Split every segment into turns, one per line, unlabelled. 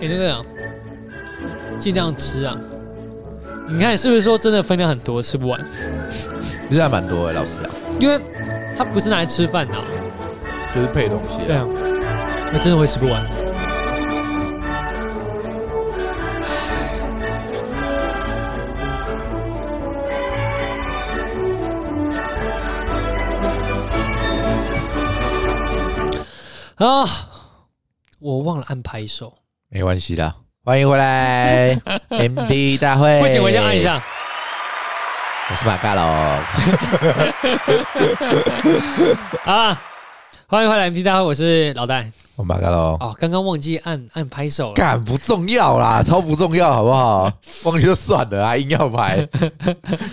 哎、那个啊尽量吃啊。你看是不是说真的分量很多，吃不完？
其实还蛮多的，老实讲，
因为它不是拿来吃饭的啊、
就是配东西
对
啊。
啊，那真的会吃不完。啊，我忘了按拍手，
没关系的，欢迎回 来 MD 大会。
不行，我一定要按一。下。
我是马嘎龙，
好啦，欢迎回来 MT 大会，我是老戴。
我马嘎龙。
哦，刚刚忘记按按拍手了。
干不重要啦，超不重要，好不 好？忘记就算了啊，硬要 拍，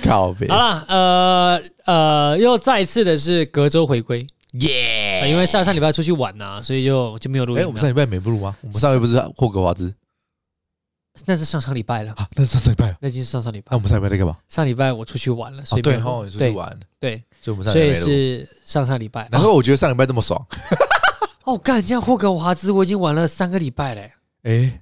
靠背
好，啦，呃呃，又再一次的是隔周回归。
耶！
啊因为上上礼拜出去玩呐、所以就就没有录音
哎，
了。
我们上礼拜没录吗？我们上礼拜不是霍格华兹
那是上上礼拜了，
啊？那是上礼拜啊，
那已经是上上礼拜。
那我们上礼拜在干嘛？
上礼拜我出去玩了，所
哦，
以
对
没有
吼，
录
你出去，玩，
对
所以我
对，
们上
所以
礼拜没录。
是上上礼拜。
然后我觉得上礼拜这么爽，
哦，干，这样霍格华兹我已经玩了三个礼拜嘞、
哎，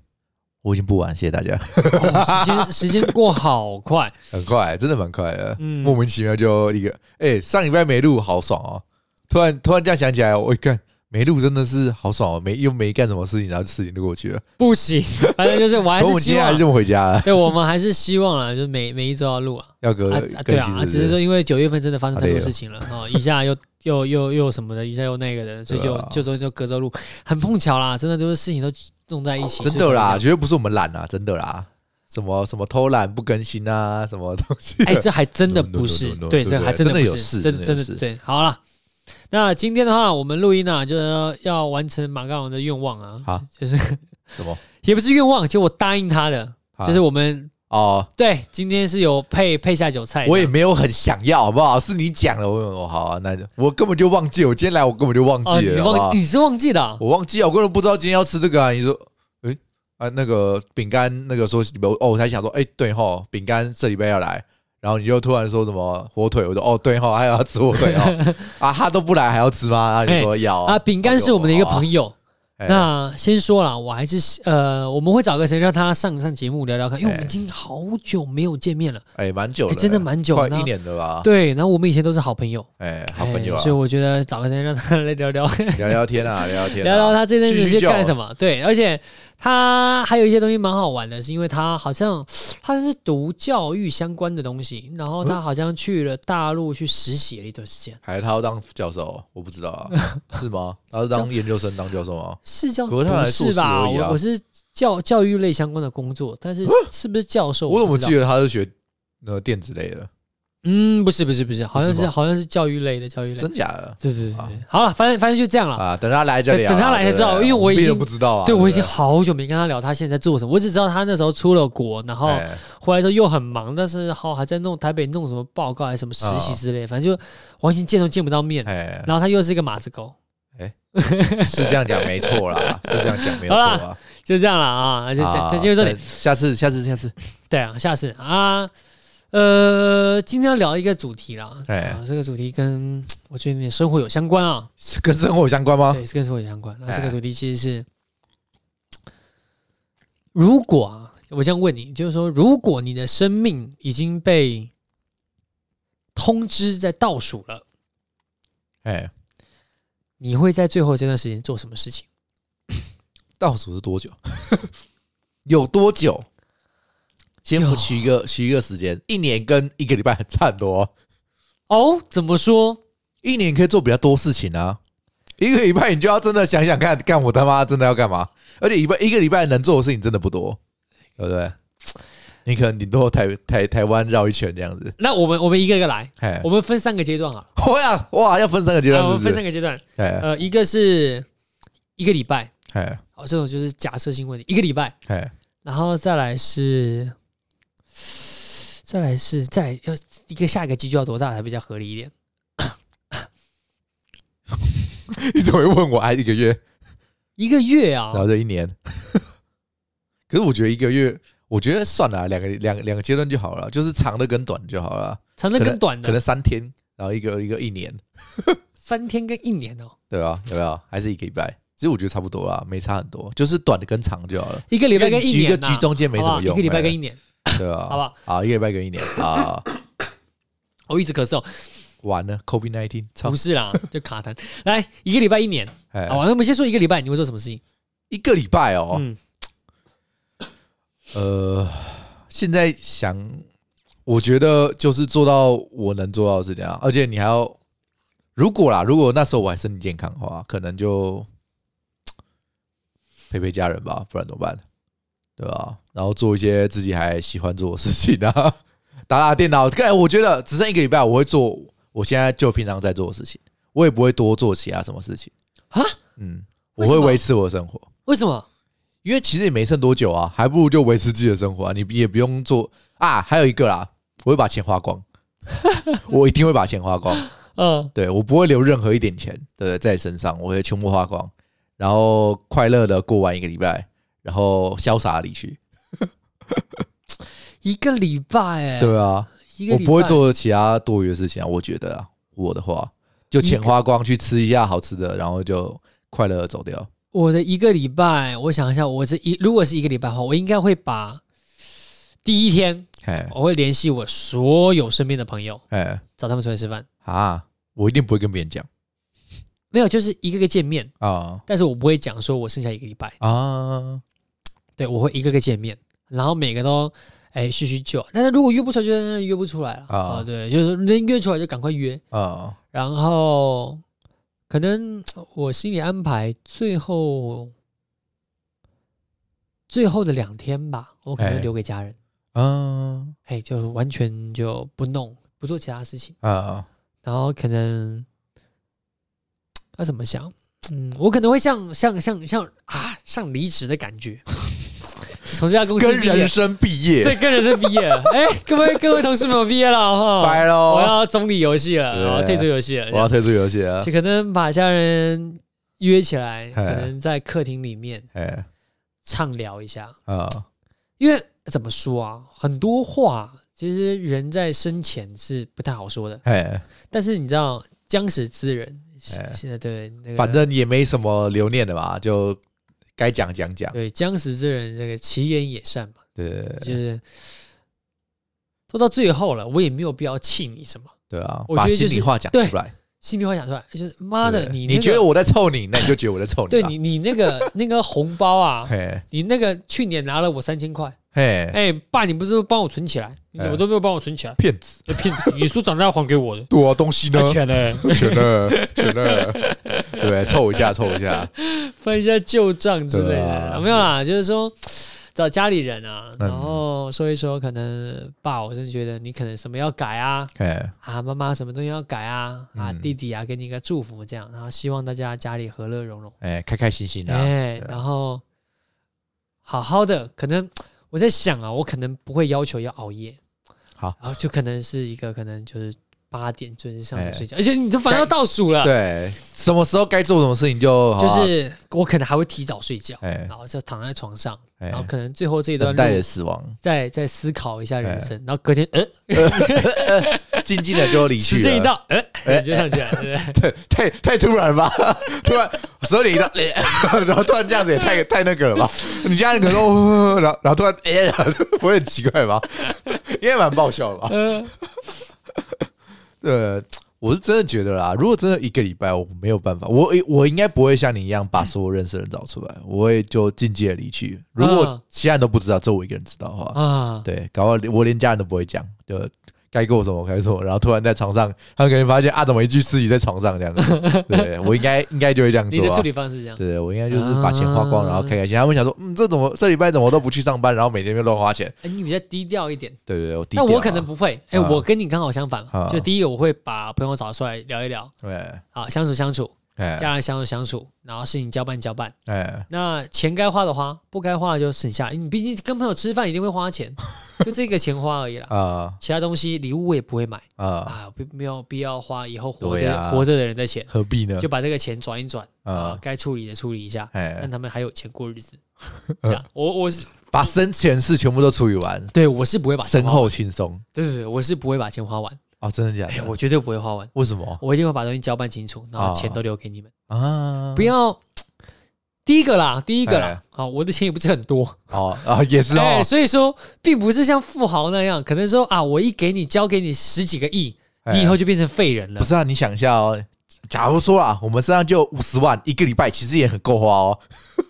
我已经不玩，谢谢大家，
哦，时 间时间过好快。
很快，真的蛮快的，
嗯
莫名其妙就一个，哎，上礼拜没录，好爽哦！突然突然这样想起来，我一看没录真的是好爽哦，没又没干什么事情，然后事情就过去了。
不行，反正就是我还
可我
是
们
希
今天还
望
是，这么回家啊。
对我们还是希望啦，就是每每一周要录啊。
要更
啊啊，对
呃更
啊，
新
啊
不
只是说因为九月份真的发生太
好
多
累哦
事情了哦，一下又又又又什么的，一下又那个的，所以
对
就
啊
就说就隔周录，很碰巧啦，真的就是事情都弄在一起，
真
所以才
的啦，
会
绝对不是我们懒啊，真的啦，什么什么偷懒不更新啊，什么东西
这样。哎，这还真的
No, no,
不是
no, no, no,，
对，
对
这还真的
真的
不
有
是
事
真的
真
真
的
的
有事
对，好啦。那今天的话，我们录音啊，就是要要完成马高龙的愿望啊，
好，
就是
什么？
也不是愿望，就我答应他的，
啊
就是我们
哦，
对今天是有配配下酒菜的，
我也没有很想要，好不好？是你讲了，我我好啊，那我根本就忘记，我今天来我根本就忘
哦，
记
你
了，好不好
忘你是忘记的啊，
我忘记了，我根本不知道今天要吃这个啊。你说，诶啊，那个饼干，那个说哦，我才想说，哎，对吼，饼干这礼拜要来。然后你就突然说什么火腿，我说哦对吼，还有要吃火腿 哦啊，他都不来还要吃吗？啊，你说要
啊，饼干是我们的一个
友。
朋友。
哎
那先说了，我还是呃，我们会找个谁让他上上节目聊聊看，因为我们
哎
已经好久没有见面了，
哎，蛮久
哎、
了，
真的蛮久
快
了。
一年了吧？，
对，然后我们以前都是好朋友，
哎，啊好朋友
哎
啊
所以，我觉得找个人让他来 聊聊，
聊聊天 啊，聊聊天，
聊聊。他这阵子
叙叙
是
旧
干什么。对，而且他还有一些东西蛮好玩的，是因为他好像他是读教育相关的东西，然后
嗯
他好像去了大陆去实习了一段时间，
还是他要当教授，我不知道啊， 是吗？他是当研究生当教授吗？
是叫
可是他
不
来硕
是
士
吧？
而已啊
我我是教教育类相关的工作，但是是不是教授
我怎
不
么
知道
记得他是学那电子类的？
嗯，不是不是不是，好像
不是
是
吗
好像是教育类的教育类，
真假的
对对对
啊
对。好了，反正反正就这样了。
啊？等他来再聊啊，
等等他来才
对不
知道
对
因为我已经
们不知道啊。
对，我已经
对不
好久没跟他聊他现在在做什么，我只知道他那时候出了国，然后
对哎
回来之后又很忙，但是好还在弄台北弄什么报告还是什么实习之类，反正就完全见都见不到面。
啊哎，
然后他又是一个马子狗，
是这样讲没 错啦，是这样讲没有错
好
啊。
就这样了啊，那就
啊
讲讲就是这里
等。下次，下次，下次，
对啊，下次啊，呃，今天要聊一个主题啦，
哎
啊，这个主题跟我觉得你的生活有相关啊，
是跟生活有相关吗？
对，是跟生活有相关。那这个
啊哎
主题其实是，如果啊，我这样问你，就是说，如果你的生命已经被通知在倒数了，
哎，
你会在最后这段时间做什么事情？
倒数是多久？ 有多久？先不取一个取一个时间，一年跟一个礼拜很差很多哦、
哦，怎么说？
一年可以做比较多事情啊，一个礼拜你就要真的想想看，干我他妈真的要干嘛？而且一拜一个礼拜能做的事情真的不多，对不对？你可能顶多台台台湾绕一圈这样子。
那我们我们一个一个来，
哎
我，们分三个阶段好了。
我呀，哇，要分三个阶
啊我
段
们
是
分
不
三
是？
个阶段，
哎
呃，一个是一个礼拜，
哎
哦，这种就是假设性问题，一个礼拜，
哎，
然后再来是，再来是，再来要一个下一个基就要多大才比较合理一点？
你怎么会问我？还一个月，
一个月啊
然，后就一年。 可是我觉得一个月，我觉得算了啊，两个两个两个阶段就好了，就是长的跟短就好了。
长的
可
跟
能
短
可能
的，
三天，然后一个一个一年，
三天跟一年哦。
啊对吧？有没有？还是一个礼拜？其实我觉得差不多啦，没差很多，就是短的跟长就好了。
一个礼拜跟一
局
年、
跟
呐
局中间没什
好不好
么用，
一个礼拜
哎
跟一年，
对啊，
好不好？
好，一个礼拜跟一年啊，
我一直咳嗽，
完了，COVID nineteen，操
不，是啦，就卡痰。来，一个礼拜一年，
哎
好，吧？啊那我们先说一个礼拜，你会做什么事情？
一个礼拜哦，
嗯，
呃，现在想，我觉得就是做到我能做到的事情啊，而且你还要，如果啦，如果那时候我还身体健康的话，可能就陪陪家人吧，不然怎么办？对吧？然后做一些自己还喜欢做的事情啊， 打打电脑。看，我觉得只剩一个礼拜，我会做我现在就平常在做的事情，我也不会多做其他什么事情
啊。
嗯，我
为什
会
么
维持我的生活。
为什么？
因为其实也没剩多久啊，还不如就维持自己的生活啊，你也不用做啊。还有一个啦，我会把钱花光，我一定会把钱花光，
嗯，
对我不会留任何一点钱对在身上，我会全部花光，然后快乐的过完一个礼拜，然后潇洒地离去。
一个礼拜，哎，
对啊，
一个
我
礼拜
不会。做其他多余的事情啊。我觉得啊，我的话就钱花光去吃一下好吃的，然后就快乐的走掉。
我的一个礼拜，我想一下，我这一如果是一个礼拜的话，我应该会把第一天
哎
我会联系我所有身边的朋友，
哎
找他们出来吃饭。
啊，我一定不会跟别人讲
没有，就是一个个见面，
啊
但是我不会讲说我剩下一个礼拜，
啊，
对我会一个个见面，然后每个都哎叙叙旧。但是如果约不出来，就真的约不出来了
啊
啊、对，就是能约出来就赶快约，
啊
然后可能我心里安排最后最后的两天吧，我可
哎
能留给家人，
啊。
哎、就完全就不弄不做其他事情，
啊
然后可能要怎么想？嗯，我可能会像像像像啊，像离职的感觉， 从这家公司
跟
毕业
人生毕业，
对，跟人生毕业 了。哎、各位各位同事们，我毕业了哈，
拜喽
我要中立游戏了，
对
我要退出游戏了，
我要退出游戏啊了。
就可能把家人约起来，
哎
可能在客厅里面
哎
畅聊一下，
啊
因为怎么说啊，很多话其实人在生前是不太好说的，
哎，
但是你知道将死之人，
哎
现在对那个
反正也没什么留念的嘛，就该讲讲讲。
对将死之人，这个其言也善嘛，
对
就是做到最后了，我也没有必要气你什么。
对啊，
我
把
觉得就
心
是
里话讲出来。
心里话讲出来，哎就是妈的，
对
你、那
你
个
觉得我在臭你， 那你就觉得我在臭你吧。
对你你那个 那个红包啊，
嘿
你那个去年拿了我三千块，
嘿，
哎、爸，你不是帮我存起来，你怎么
哎
都没有帮我存起来？
骗子，，
这骗子，你说长大要还给我的
对啊，东西呢
那？ 钱呢？
全了， 全了，对，凑一下，凑一下，
翻一下旧账之类
对
的，
啊
没有啦，就是说。找家里人啊，
嗯
然后说一说，可能爸，我真的觉得你可能什么要改啊，
哎，
啊，妈妈什么东西要改啊，啊，
嗯
弟弟啊，给你一个祝福这样，然后希望大家家里和乐融融。
哎，开开心心的、啊，
哎、
对啊
然后好好的，可能我在想啊，我可能不会要求要熬夜，
好，
然后就可能是一个可能就是八点准时上
哎
床睡觉，而且你都反正要倒数了，
对，什么时候该做什么事情就好
哎就
啊
是我可能还会提早睡觉，
哎
然后就躺在床上，然后
哎，
可能最后这一段
等待着
路
死亡，
再再思考一下
哎
人生，然后隔天呃
静静的就离去
时
了。
间一 到呃
哎
就上去了，对 不对？
太太太突然了吧？ 突然十二点一到， 哎然后突然这样子也太太那个了吧？你家人可能说，呃 然后然后突然哎，然后 不会很奇怪吧？ 应该蛮爆笑的吧？
呃，
对，我是真的觉得啦，如果真的一个礼拜我没有办法，我我应该不会像你一样
嗯
把所有认识的人找出来，我会就境界离去。如果
嗯
其他人都不知道，只有我一个人知道的话，
啊，
对，搞到我连家人都不会讲，就该做什么该做，然后突然在床上，他们可能发现啊，怎么一具尸体在床上这样子？对我应该应该就会这样
你
做
的处
啊。
理方式啊是这样，
对，我应该就是把钱花光，然后开开心。他们想说，嗯，这怎么这礼拜怎么都不去上班，然后每天就乱花钱？
哎，你比较低调一点。
对对对，我低
那
调
我
啊
可能不会，哎、
啊
我跟你刚好相反嘛。
啊
就第一个，我会把朋友找出来聊一聊，
哎
啊，相处相处，
哎
家人相处相处，然后事情交办交办。
哎
那钱该花的花，不该花的就省下来。哎你毕竟跟朋友吃饭一定会花 钱，就这个钱花而已啦。
啊
其他东西礼物我也不会买
啊，
啊，不没有必要花以后活
对
着、
啊
活着的人的钱，
何必呢
就？把这个钱转一转啊
啊，
该处理的处理一下，
哎
让，他们还有钱过日 子。这样，我我是
把生前事全部都处理完，
对我是不会把钱
身
花完，
后轻松
对对对，我是不会把钱花完，
哦，真的假
哎，
的？
我绝对不会花完。
为什么哦
我一定会把东西交办清楚，然后
啊
钱都留给你们，
啊？
不要第一个啦，第一个啦
哎，
好，我的钱也不是很多，
哦啊，也 是哦
哎，所以说并不是像富豪那样，可能说啊，我一给你交给你十几个亿，
哎
你以后就变成废人了
不。是啊？你想一下哦，假如说啊，我们身上就五十万，一个礼拜其实也很够花哦，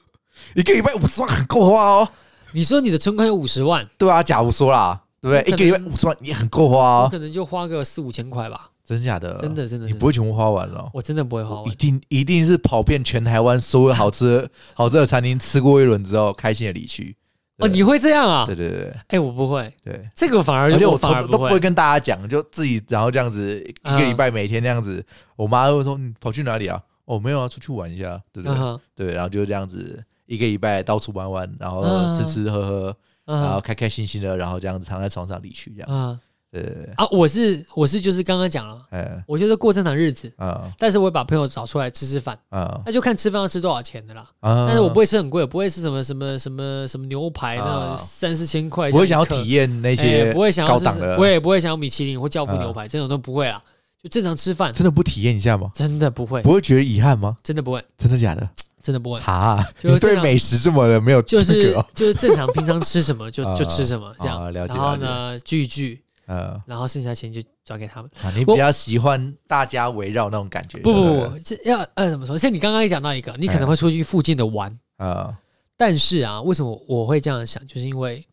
一个礼拜五十万很够花哦，
你说你的存款有五十万，
对啊，假如说啦，对不对？
我
一
可
个
能
礼拜五十万也很够花
我
哦，
可能就花个四五千块吧，
真假的？
真的真的
呃
真
你
的
不会全部花完了。
我真的不会花
一
完。
定一定是跑遍全台湾所有好吃好吃的 餐厅吃过一轮之后，开心的离去。
哦，你会这样啊
对？对对
哎，我不会，
对对，
这个反而
而且我
我反
从
而
都不
会嗯
会。跟大家讲，就自己然后这样子一个礼拜每天这样子，我妈会说你跑去哪里啊？哦，没有啊，出去玩一下，对
嗯
不对？
哼，
对，然后就这样子一个礼拜到处玩玩，然后
嗯
吃吃喝喝，
嗯
然后
哼
开开心心的，然后这样子躺在床上离去，这样。
嗯
对对对，
啊，我是我是就是刚刚讲了，
嗯
我就是过正常日子，
嗯
但是我会把朋友找出来吃吃饭，
嗯，
那就看吃饭要吃多少钱的啦。
但
但是我不会吃很贵，我不会吃什么什么什么什么牛排那
啊
三四千块这样一克，
不会想要体验那
哎
些
不会想要
高
吃
档
什
的嗯
我也不会想要米其林或教父牛排这种都不会啦，就正常吃饭，
真的不体验一下吗？
真的不会，
不会觉得遗憾吗？
真的不会，
真的假的？
真的不会，
哈，
哎就是
你
这
对
样
美食这么的没有
就
资
是
格哦
就是正常平常吃什么 就
啊
就吃什么这样，
啊了解
然后呢聚一聚，
呃，
然后剩下钱就转给他们。
啊你
我
比较喜欢大家围绕那种感觉，
不
对
不
对
不，这要呃怎么说？像你刚刚也讲到一个，你可能会出去附近的玩，
呃，
但是啊，为什么我会这样想？就是因为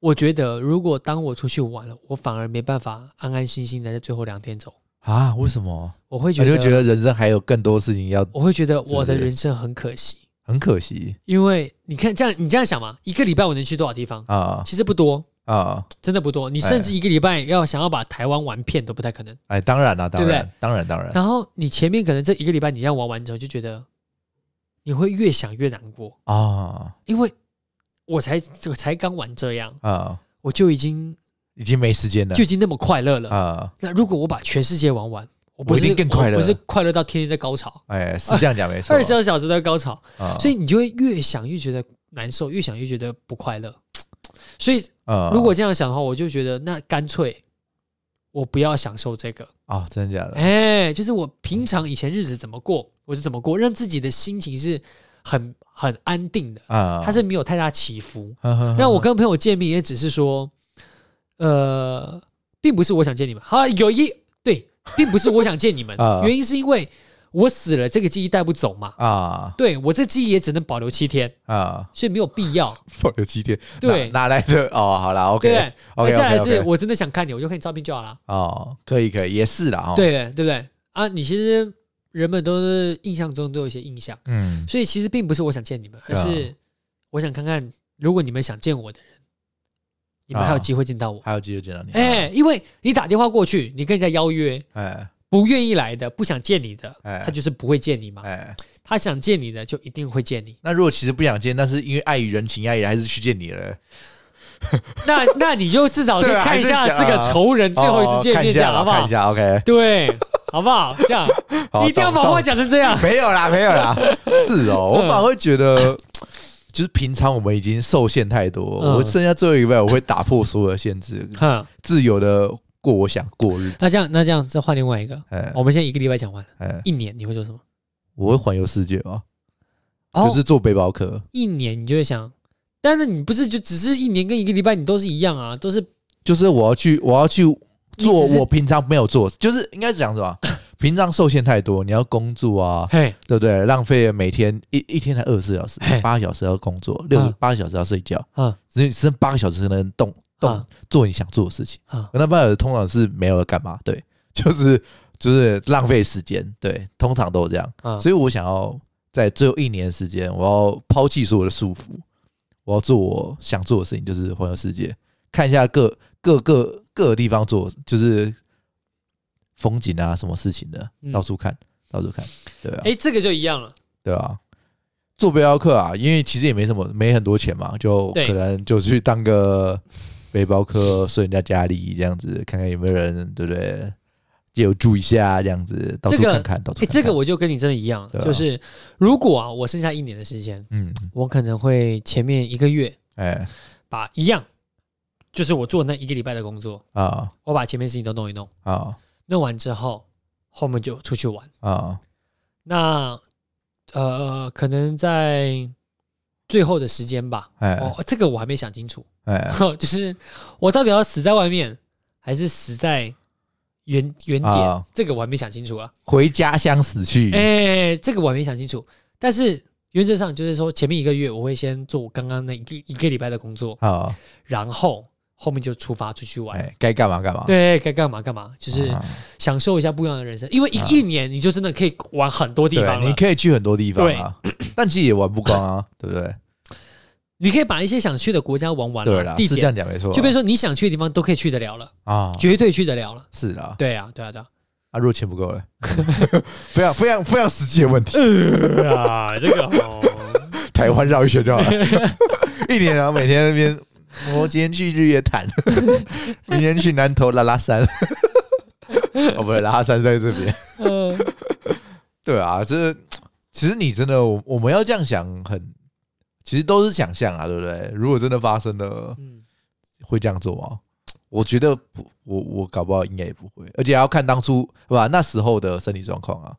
我觉得，如果当我出去玩了，我反而没办法安安心心的在最后两天走，
啊，为什么？
我会觉
我
得，
就觉得人生还有更多事情要，
我会觉得我的
是不是
人生很可惜，
很可惜
因为你看这样，你这样想嘛，一个礼拜我能去多少地方？
啊
其实不多，
啊！
真的不多。你甚至一个礼拜要想要把台湾玩遍都不太可能。
哎，当然啦，
对
当
不对
然，当然，当然，
然后你前面可能这一个礼拜你要玩完之后，就觉得你会越想越难过，
啊
因为我才我才刚玩这样，
啊，
我就已经
已经没时间了
就已经那么快乐了。
啊！
那如果我把全世界玩完，我不
我一
是
定更快乐
我不是快乐到天天在高潮，
哎，是这样讲没错
二十，二小时都在高潮，
啊
所以你就会越想越觉得难受，越想越觉得不快乐。所以
啊
如果这样想的话，我就觉得那干脆我不要享受这个，
啊，真的假的？
哎、就是我平常以前日子怎么过，我就怎么过，让自己的心情是很很安定的，
啊，嗯
它哎是没有太大起伏。
让
让我跟朋友见面也只是说，呃，并不是我想见你们。好了，有一对，并不是我想见你们
啊，
原因是因为我死了，这个记忆带不走嘛。
啊
对我这记忆也只能保留七天，
啊，
所以没有必要。
保留七天，
对
哪哪来的？哦，好啦 o
对不
k
对，那
OK，
再来是我真的想看你，我就看你照片就好了。
哦，可以可以，也是啦，哦，，
对对不对？啊，你其实人们都是印象中都有一些印象，
嗯，
所以其实并不是我想见你们，而
对啊
是我想看看，如果你们想见我的人，你们还有
啊
机会见到我。
还有机会见到你，啊
哎、因为你打电话过去，你跟人家邀约，
哎
不愿意来的、不想见你的，
哎
他就是不会见你嘛。
哎，。
他想见你的，就一定会见你
那如果其实不想见，但是因为碍于人情碍于，还是去见你了，
那那你就至少去
对啊
看一下
还是想
这个仇人最后一次
哦
见
看
面，
一
这
下
样
啦
好不
看
好
一？下，OK，
对，好不好？这样
好
你 一定要把
懂
话
懂
讲成这样。
没有啦，没有啦，是哦，
嗯
我反而会觉得。就是平常我们已经受限太多，
嗯
我剩下最后一位，我会打破所有的限制，
哼，
自由的过我想过日子。
那这样那这样再换另外一个，
哎
我们现在一个礼拜讲完了，
哎，
一年你会做什么？
我会环游世界哦，
哦，
就是做背包客。
一年你就会想，但是你不是就只是一年跟一个礼拜你都是一样啊，都是
就是我要去，我要去做
你只是
我平常没有做，就是应该是讲什么？平常受限太多，你要工作啊，
嘿
对不对？浪费了每天一一天才二十四小时
嘿，
八个小时要工作，六
嗯
八个小时要睡觉，
啊
只只剩八个小时才能动
嗯
动做你想做的事情。
啊
那八个小时通常是没有干嘛，对，就是 就是浪费时间，对，通常都是这样。
啊！
所以我想要在最后一年的时间，我要抛弃所有的束缚，我要做我想做的事情，就是环游世界，看一下各各个各个地方做，就是风景啊，什么事情的，
嗯
到处看，到处看，对啊，
哎，这个就一样了，
对啊。做背包客啊，因为其实也没什么，没很多钱嘛，就
对
可能就去当个背包客，睡人家家里这样子，看看有没有人，对不对？借我住一下这样子，到处
这个
看看，到处
哎，
看
这
看。
个我就跟你真的一样，
对啊
就是如果啊，我剩下一年的时间，
嗯，
我可能会前面一个月
哎
把一样，就是我做那一个礼拜的工作，
啊
我把前面事情都弄一弄，
啊
弄完之后，后面就出去玩。
啊
那呃，可能在最后的时间吧。
哎
哦，这个我还没想清楚，
哎，
就是我到底要死在外面，还是死在原原点？
啊嗯
这个我还没想清楚啊。
回家乡死去。
哎、这个我还没想清楚。但是原则上就是说，前面一个月我会先做我刚刚那一个一个礼拜的工作，
好，
然后后面就出发出去玩。
啊哎，该干嘛干嘛。
对，该干嘛干嘛，就是
啊
享受一下不一样的人生。因为一、一年你就真的可以玩很多地
对，
方啊了，
你可以去很多地方啊，但其实也玩不光啊，对不对？
你可以把一些想去的国家玩完
对
了，
啦，
啊地
是这
点
样讲没错。
就变成说你想去的地方都可以去得了了，
啊，
绝对去得了了。
是啦，
对啊，对啊，对啊。
啊，如果钱不够了， 非常非常非常实际的问题，
对 啊，这个哦，
台湾绕一圈就好了，一年然后每天那边，我今天去日月潭，明天去南投拉拉山， 哦，不是拉拉山在这边，
呃，
对啊，这其实你真的，我我们要这样想很。其实都是想象啊，对不对？如果真的发生了，
嗯，
会这样做吗？我觉得不，我我搞不好应该也不会，而且还要看当初不吧那时候的身体状况啊，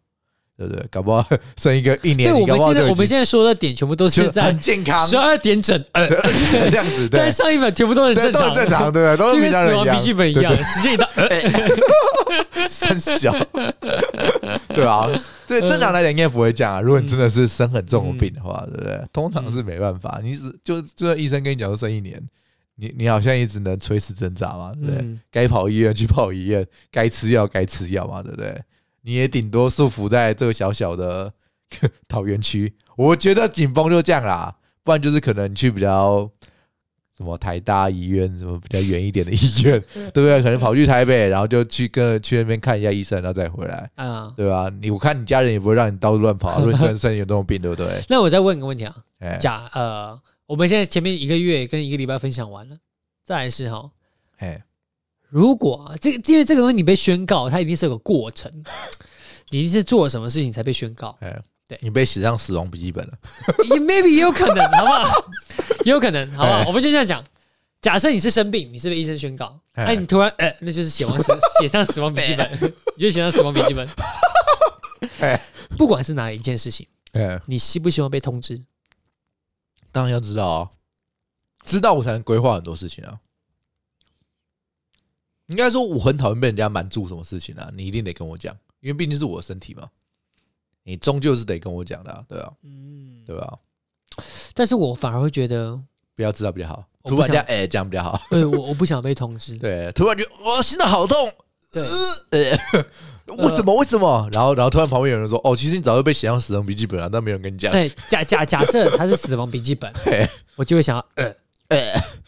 对不对？搞不好 生一个一
对，
年，你
我
搞
们
不好
现在
就
我们现在说的点全部都是在
在很 健康，
十二点整，呃，
这样子
但
对，
上一秒全部都很
对
正
都很
常，
正常，对不对？都
就是跟
平常
死
人一
亡笔记
样，
本一样，时间一到，呃，
很小， 对啊，对，
嗯
正常来讲应该不会这样啊。如果你真的是生很重的病的话，
嗯
对不对？通常是没办法，你只就就算医生跟你讲说生一年，你你好像也只能垂死挣扎嘛，对不对？
嗯，
该跑医院去跑医院，该吃药该吃药嘛，对不对？你也顶多束缚在这个小小的 桃园区，我觉得紧绷就这样啦，不然就是可能你去比较什么台大医院，什么比较远一点的医院，对不对？可能跑去台北，然后就去跟去那边看一下医生，然后再回来，
啊。
对吧？你我看你家人也不会让你到处乱跑，论真生有这种病，对不对？
那我再问一个问题啊，
哎，
假呃，我们现在前面一个月跟一个礼拜分享完了，再来是哈，
哎，
如果啊这个因为这个东西你被宣告，它一定是有个过程，你一定是做了什么事情才被宣告，
你被写上死亡笔记本了，
也 maybe 也有可能，好不好？也有可能，好不好
哎？
我们就这样讲。假设你是生病，你是被医生宣告，
哎
哎，你突然呃，那就是写完 死写上死亡笔记本，你就写上死亡笔记本
哎。
不管是哪一件事情，
哎，
你希不希望被通知？
当然要知道啊，知道我才能规划很多事情啊。应该说我很讨厌被人家瞒住什么事情啊，你一定得跟我讲，因为毕竟是我的身体嘛，你终究是得跟我讲的、啊，对啊，
嗯，
对吧？
但是我反而会觉得，
不要知道比较好，
我
突
不
然
想
间哎、这样比较好，
对我我不想被通知。
对，突然就哇心脏好痛，
对
呃，呃为什么为什么？然后然后突然旁边有人说，哦，其实你早就被写上死亡笔记本了，但没有人跟 你讲，
对，假假假设它是死亡笔记 本
嘿，
我就会想要呃
呃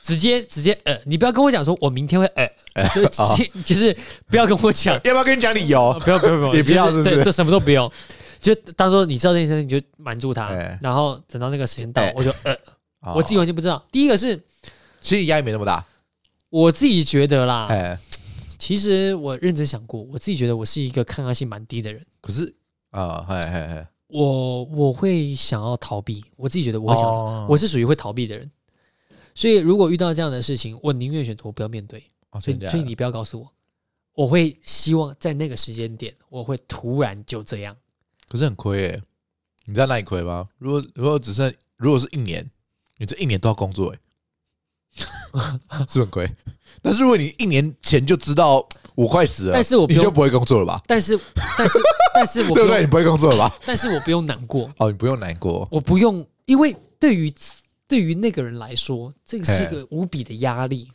直接直接呃，你不要跟我讲说我明天会
哎
呃，就是直接就是 不要跟我讲，
要不要跟你讲理
哦
由？
不用不用不用，
也不要
就是
不是
对，就什么都不用，就当做你知道这件事情，你就瞒住他
哎，
然后等到那个时间到
哎，
我就呃， 我自己
哦
完全不知道。第一个是
其实压力没那么大，
我自己觉得啦，
哎，
其实我认真想过，我自己觉得我是一个抗压性蛮低的人，
可是啊，嘿嘿嘿，
我我会想要逃避，我自己觉得我会想要逃避，
哦
我是属于会逃避的人，所以如果遇到这样的事情，我宁愿选择我不要面对。
哦
所
真
以
的
所以你不要告诉我，我会希望在那个时间点，我会突然就这样。
可是很亏耶、你知道哪里亏吗？如果如果只剩如果是一年，你这一年都要工作耶、 是不是很亏。但是如果你一年前就知道我快死了，
但是我不
你
用
就不会工作了吧？
但是但是但 是我不
对不对？
用
你，不会工作了吧？
但是我不用难过，
哦，你不用难过，
我不用，因为对于对于那个人来说，这个是一个无比的压力。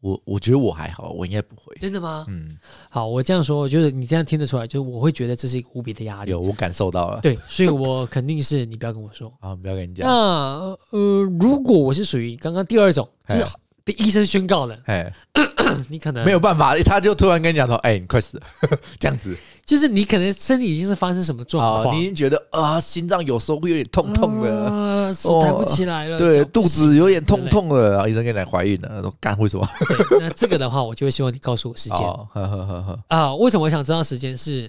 我我觉得我还好，我应该不会。
真的吗？
嗯，
好，我这样说，我觉得你这样听得出来，就是我会觉得这是一个无比的压力
有。我感受到了。
对，所以我肯定是你不要跟 我说。
啊，不要跟你讲。
那呃，如果我是属于刚刚第二种，就
哎
是被医生宣告了，
哎，
你可能
没有办法，他就突然跟你讲说：“哎，你快死了。” 这样子
就是你可能身体已经是发生什么状
啊，
况，
你已经觉得啊，心脏有时候会有点痛痛的，
啊，手抬不起来了，
对，
脚不
肚
行
子有点
之
痛
类
痛的，然后医生跟你讲怀孕了，说干为什么？
对，那这个的话，我就会希望你告诉我时间啊、
哦，呵呵呵呵，
为什么我想知道时间是？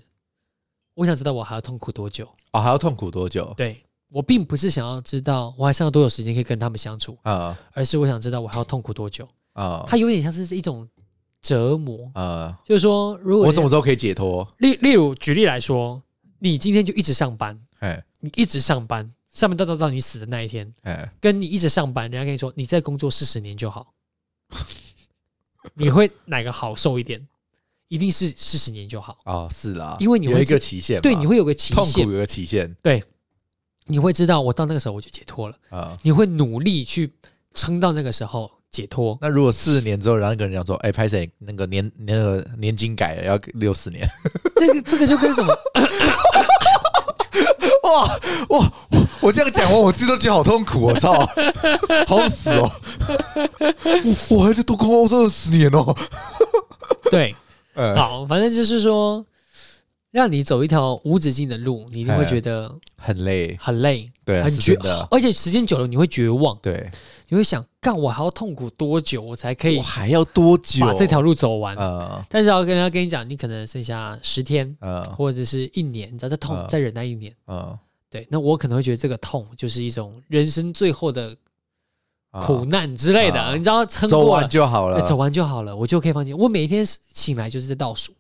我想知道我还要痛苦多久？
哦，还要痛苦多久？
对我并不是想要知道我还剩下多久时间可以跟他们相处，
啊
而是我想知道我还要痛苦多久。
啊
它有点像是一种折磨，
啊！
就是说，如果
我什么时候可以解脱？
例例如举例来说，你今天就一直上班，
哎
你一直上班，上班到到到你死的那一天，
哎，
跟你一直上班，人家跟你说你再工作四十年就好，你会哪个好受一点？一定是四十年就好，
哦，是啦，
因为你会
有一个
自
期限嘛，
对，你会有个期
痛
限
苦，有个期限
你会知道我到那个时候我就解脱了，
啊。
你会努力去撑到那个时候解脱。
那如果四十年之后，然后跟人讲说，哎，拍谁那个年那个年金改了要六十年，
这个这个就跟什么？
哇哇，我我这样讲完，我自己都觉得好痛苦，我哦操， 好死哦！我我还是多工作二十年哦。
对，
嗯，
好，反正就是说，让你走一条无止境的路，你一
哎
定会觉得
很累，
很累，
对啊，
很
是
绝
真的，，
而且时间久了你会绝望，
对，
你会想，干我还要痛苦多久，我才可以
我还要多久哦
把这条路走完？
呃
但是要跟人家跟你讲，你可能剩下十天
呃
或者是一年，你只要再痛、
嗯
再忍耐一年。
呃
对，那我可能会觉得这个痛就是一种人生最后的
啊
苦难之类的，
啊
你知道撑
走
过
完
了，哎
就好了
对，走完就好了，我就可以放心。我每天醒来就是在倒数，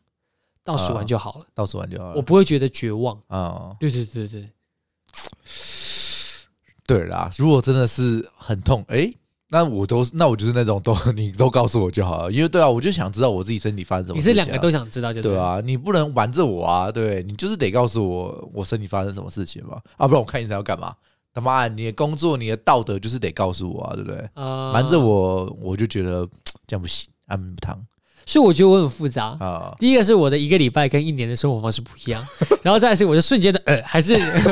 倒数
啊
完就好了，
倒数完就好了。
我不会觉得绝望。
啊、
对对对对，
对啦，如果真的是很痛，诶，那我都那我就是那种都 你都告诉我就好了，因为对啊，我就想知道我自己身体发生什么
你
事情
是
啊、
两个都想知道就
对
了。
啊，你不能玩着我啊，对你就是得告诉我我身体发生什么事情嘛，啊，不然我看医生要干嘛？他妈的，你的工作、你的道德就是得告诉我啊，对不对？
呃
瞒着，我，我就觉得这样不行，安眠汤
所以我觉得我很复杂。
啊，
第一个是我的一个礼拜跟一年的生活方式不一样， 然后再来是我就瞬间的呃，还是
很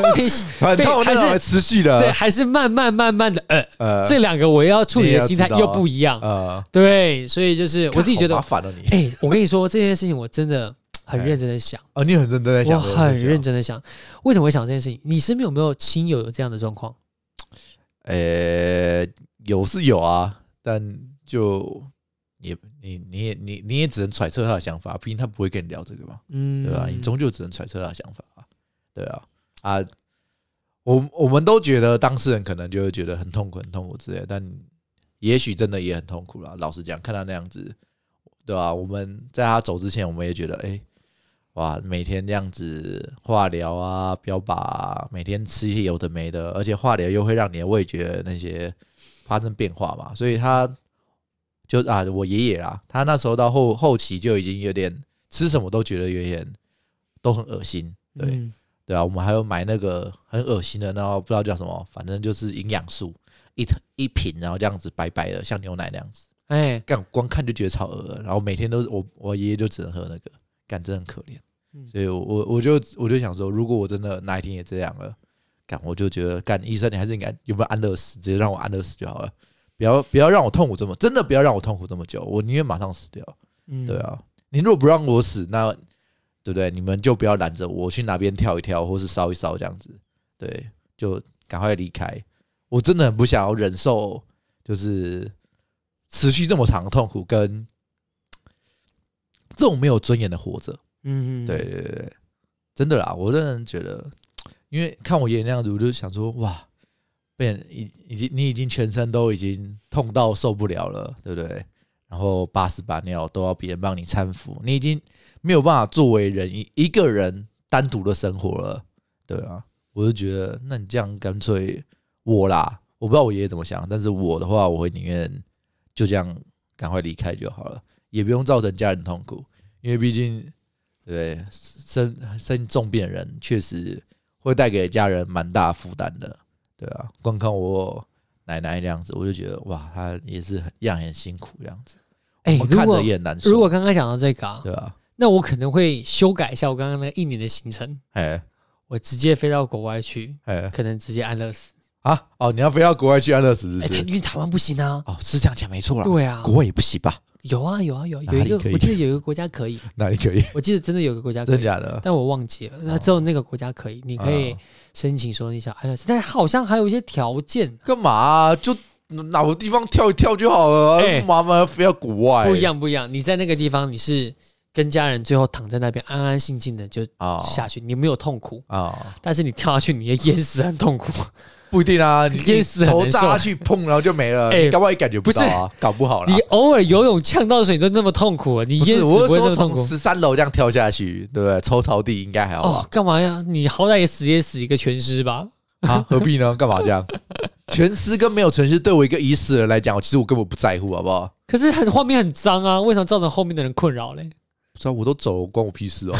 还
痛，那
是
种会持续
对，
的，
还是慢慢慢慢的呃，
呃
这两个我要处理的心态
你也要知
又
道啊
不一样。
呃，
对，所以就是我自己觉得
好麻，烦了哦你
哎、我跟你说这件事情，我真的很认真的想，
哦，你很认真在
我
想，
很认
真在想，
真的想，为什么会想这件事情？你身边有没有亲友有这样的状况？
呃，有是有啊，但就也你你也你你也只能揣测他的想法，毕竟他不会跟你聊这个嘛。
嗯，
对吧、你终究只能揣测他的想法啊，对啊，啊，我我们都觉得当事人可能就会觉得很痛苦、很痛苦之类的，但也许真的也很痛苦啦。老实讲，看他那样子，对吧、我们在他走之前，我们也觉得，哎、哇，每天那样子化疗啊、标靶、啊，每天吃一些有的没的，而且化疗又会让你的味觉那些发生变化嘛，所以他就啊，我爷爷啦，他那时候到后后期就已经有点吃什么都觉得有点都很恶心，对、
嗯
对啊，我们还有买那个很恶心的，然后不知道叫什么，反正就是营养素一一瓶，然后这样子白白的，像牛奶那样子，
哎、
干光看就觉得超恶的，然后每天都是我我爷爷就只能喝那个，干真的很可怜
嗯，
所以我我我就我就想说，如果我真的哪一天也这样了，干我就觉得干医生你还是应该有没有安乐死，直接让我安乐死就好了，不要不要让我痛苦这么，真的不要让我痛苦这么久，我宁愿马上死掉。
嗯
对，啊，你如果不让我死，那对不对？你们就不要拦着我去哪边跳一跳，或是烧一烧这样子。对，就赶快离开。我真的很不想要忍受，就是持续这么长的痛苦跟这种没有尊严的活着。
嗯，
对，对对对，真的啦，我真的觉得，因为看我爷爷那样子，我就想说，哇，被人已已经你已经全身都已经痛到受不了了，对不对？然后把屎把尿都要别人帮你搀扶，你已经没有办法作为人一一个人单独的生活了，对啊，我就觉得，那你这样干脆我啦，我不知道我爷爷怎么想，但是我的话，我会宁愿就这样赶快离开就好了，也不用造成家人痛苦，因为毕竟对不对生生重病的人确实会带给家人蛮大负担的，对啊，光看我奶奶那样子，我就觉得哇，她也是很样很辛苦这样子，
哎、
我
如
看
果
着也很难受，
如果刚刚讲到这个啊，
对啊，
那我可能会修改一下我刚刚那一年的行程，
哎
我直接飞到国外去，
哎
可能直接安乐死。
啊哦，你要非要国外去安乐死是
哎、
不是？
因为台湾不行啊。
哦，是这样讲没错啦，
对啊，
国外也不行吧？
有啊有啊有啊，
哪
有一
里
个
可以
我记得有一个国家可 以，
哪里可 以？
我记得真的有个国家可
真
以
的，假啊的？
但我忘记了。那只有那个国家可以，你可以
哦
申请说你想安乐死，但好像还有一些条件
干嘛啊、就哪个地方跳一跳就好了，
哎
干嘛嘛非要国外？
不一样，不一样。你在那个地方你是跟家人最后躺在那边安安静静的就
啊
下去，你没有痛苦，
啊，
但是你跳下去你也淹死，很痛苦。
不一定啊，你
淹死很
头
难受
扎下去碰，然后就没了，
哎
你搞不好也感觉到啊，搞不好啦
你。偶尔游泳呛到水都那么痛苦了，你
不
淹
是，
死
我
不
是
会那
说
么痛
从
苦
十三楼这样跳下去，对不对？抽草地应该还好
哦
吧？？
干嘛呀？你好歹也死也死一个全尸吧？
啊，何必呢？干 嘛这样？全尸跟没有全尸，对我一个已死的人来讲，我其实我根本不在乎，好不好？
可是很画面很脏啊，为什么造成后面的人困扰嘞？
不知道我都走了，关我屁 事哦。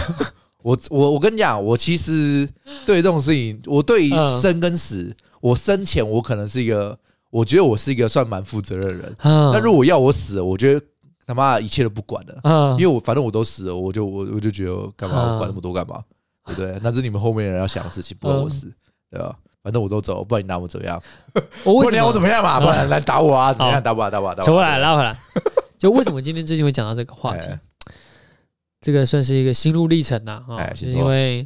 我我我跟你讲，我其实对这种事情，我对于
嗯
生跟死，我生前我可能是一个，我觉得我是一个算蛮负责任的人。
啊，
但如果要我死了，我觉得他妈一切都不管了，
啊
因为我反正我都死了，我就我我就觉得干嘛
嗯
我管那么多干嘛，对不对？那是你们后面的人要想的事情，不关我事，对吧？反正我都走，不然你拿我怎样？
我
不
啊为
然你
什
要我
么
怎么样嘛？不然来打我啊？怎么
好
样？打我啊？打我啊？打我啊！
扯回来拉回来？就为什么今天最近会讲到这个话题？
哎
这个算是一个心路历程呐、啊，
哎
就
请
是
说
因为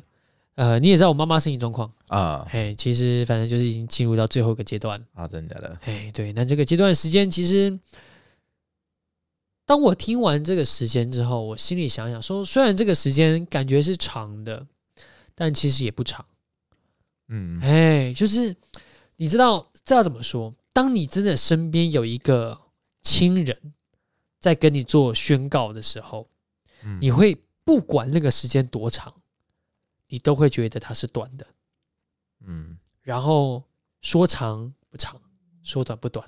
呃，你也知道我妈妈身体状况，
啊
哎，其实反正就是已经进入到最后一个阶段，
啊！真的假的？
哎，对，那这个阶段时间其实。当我听完这个时间之后，我心里想想说，虽然这个时间感觉是长的，但其实也不长。
嗯
哎，就是你知道这要怎么说？当你真的身边有一个亲人在跟你做宣告的时候，
嗯
你会不管那个时间多长，你都会觉得它是短的。
嗯，
然后说长不长，说短不短，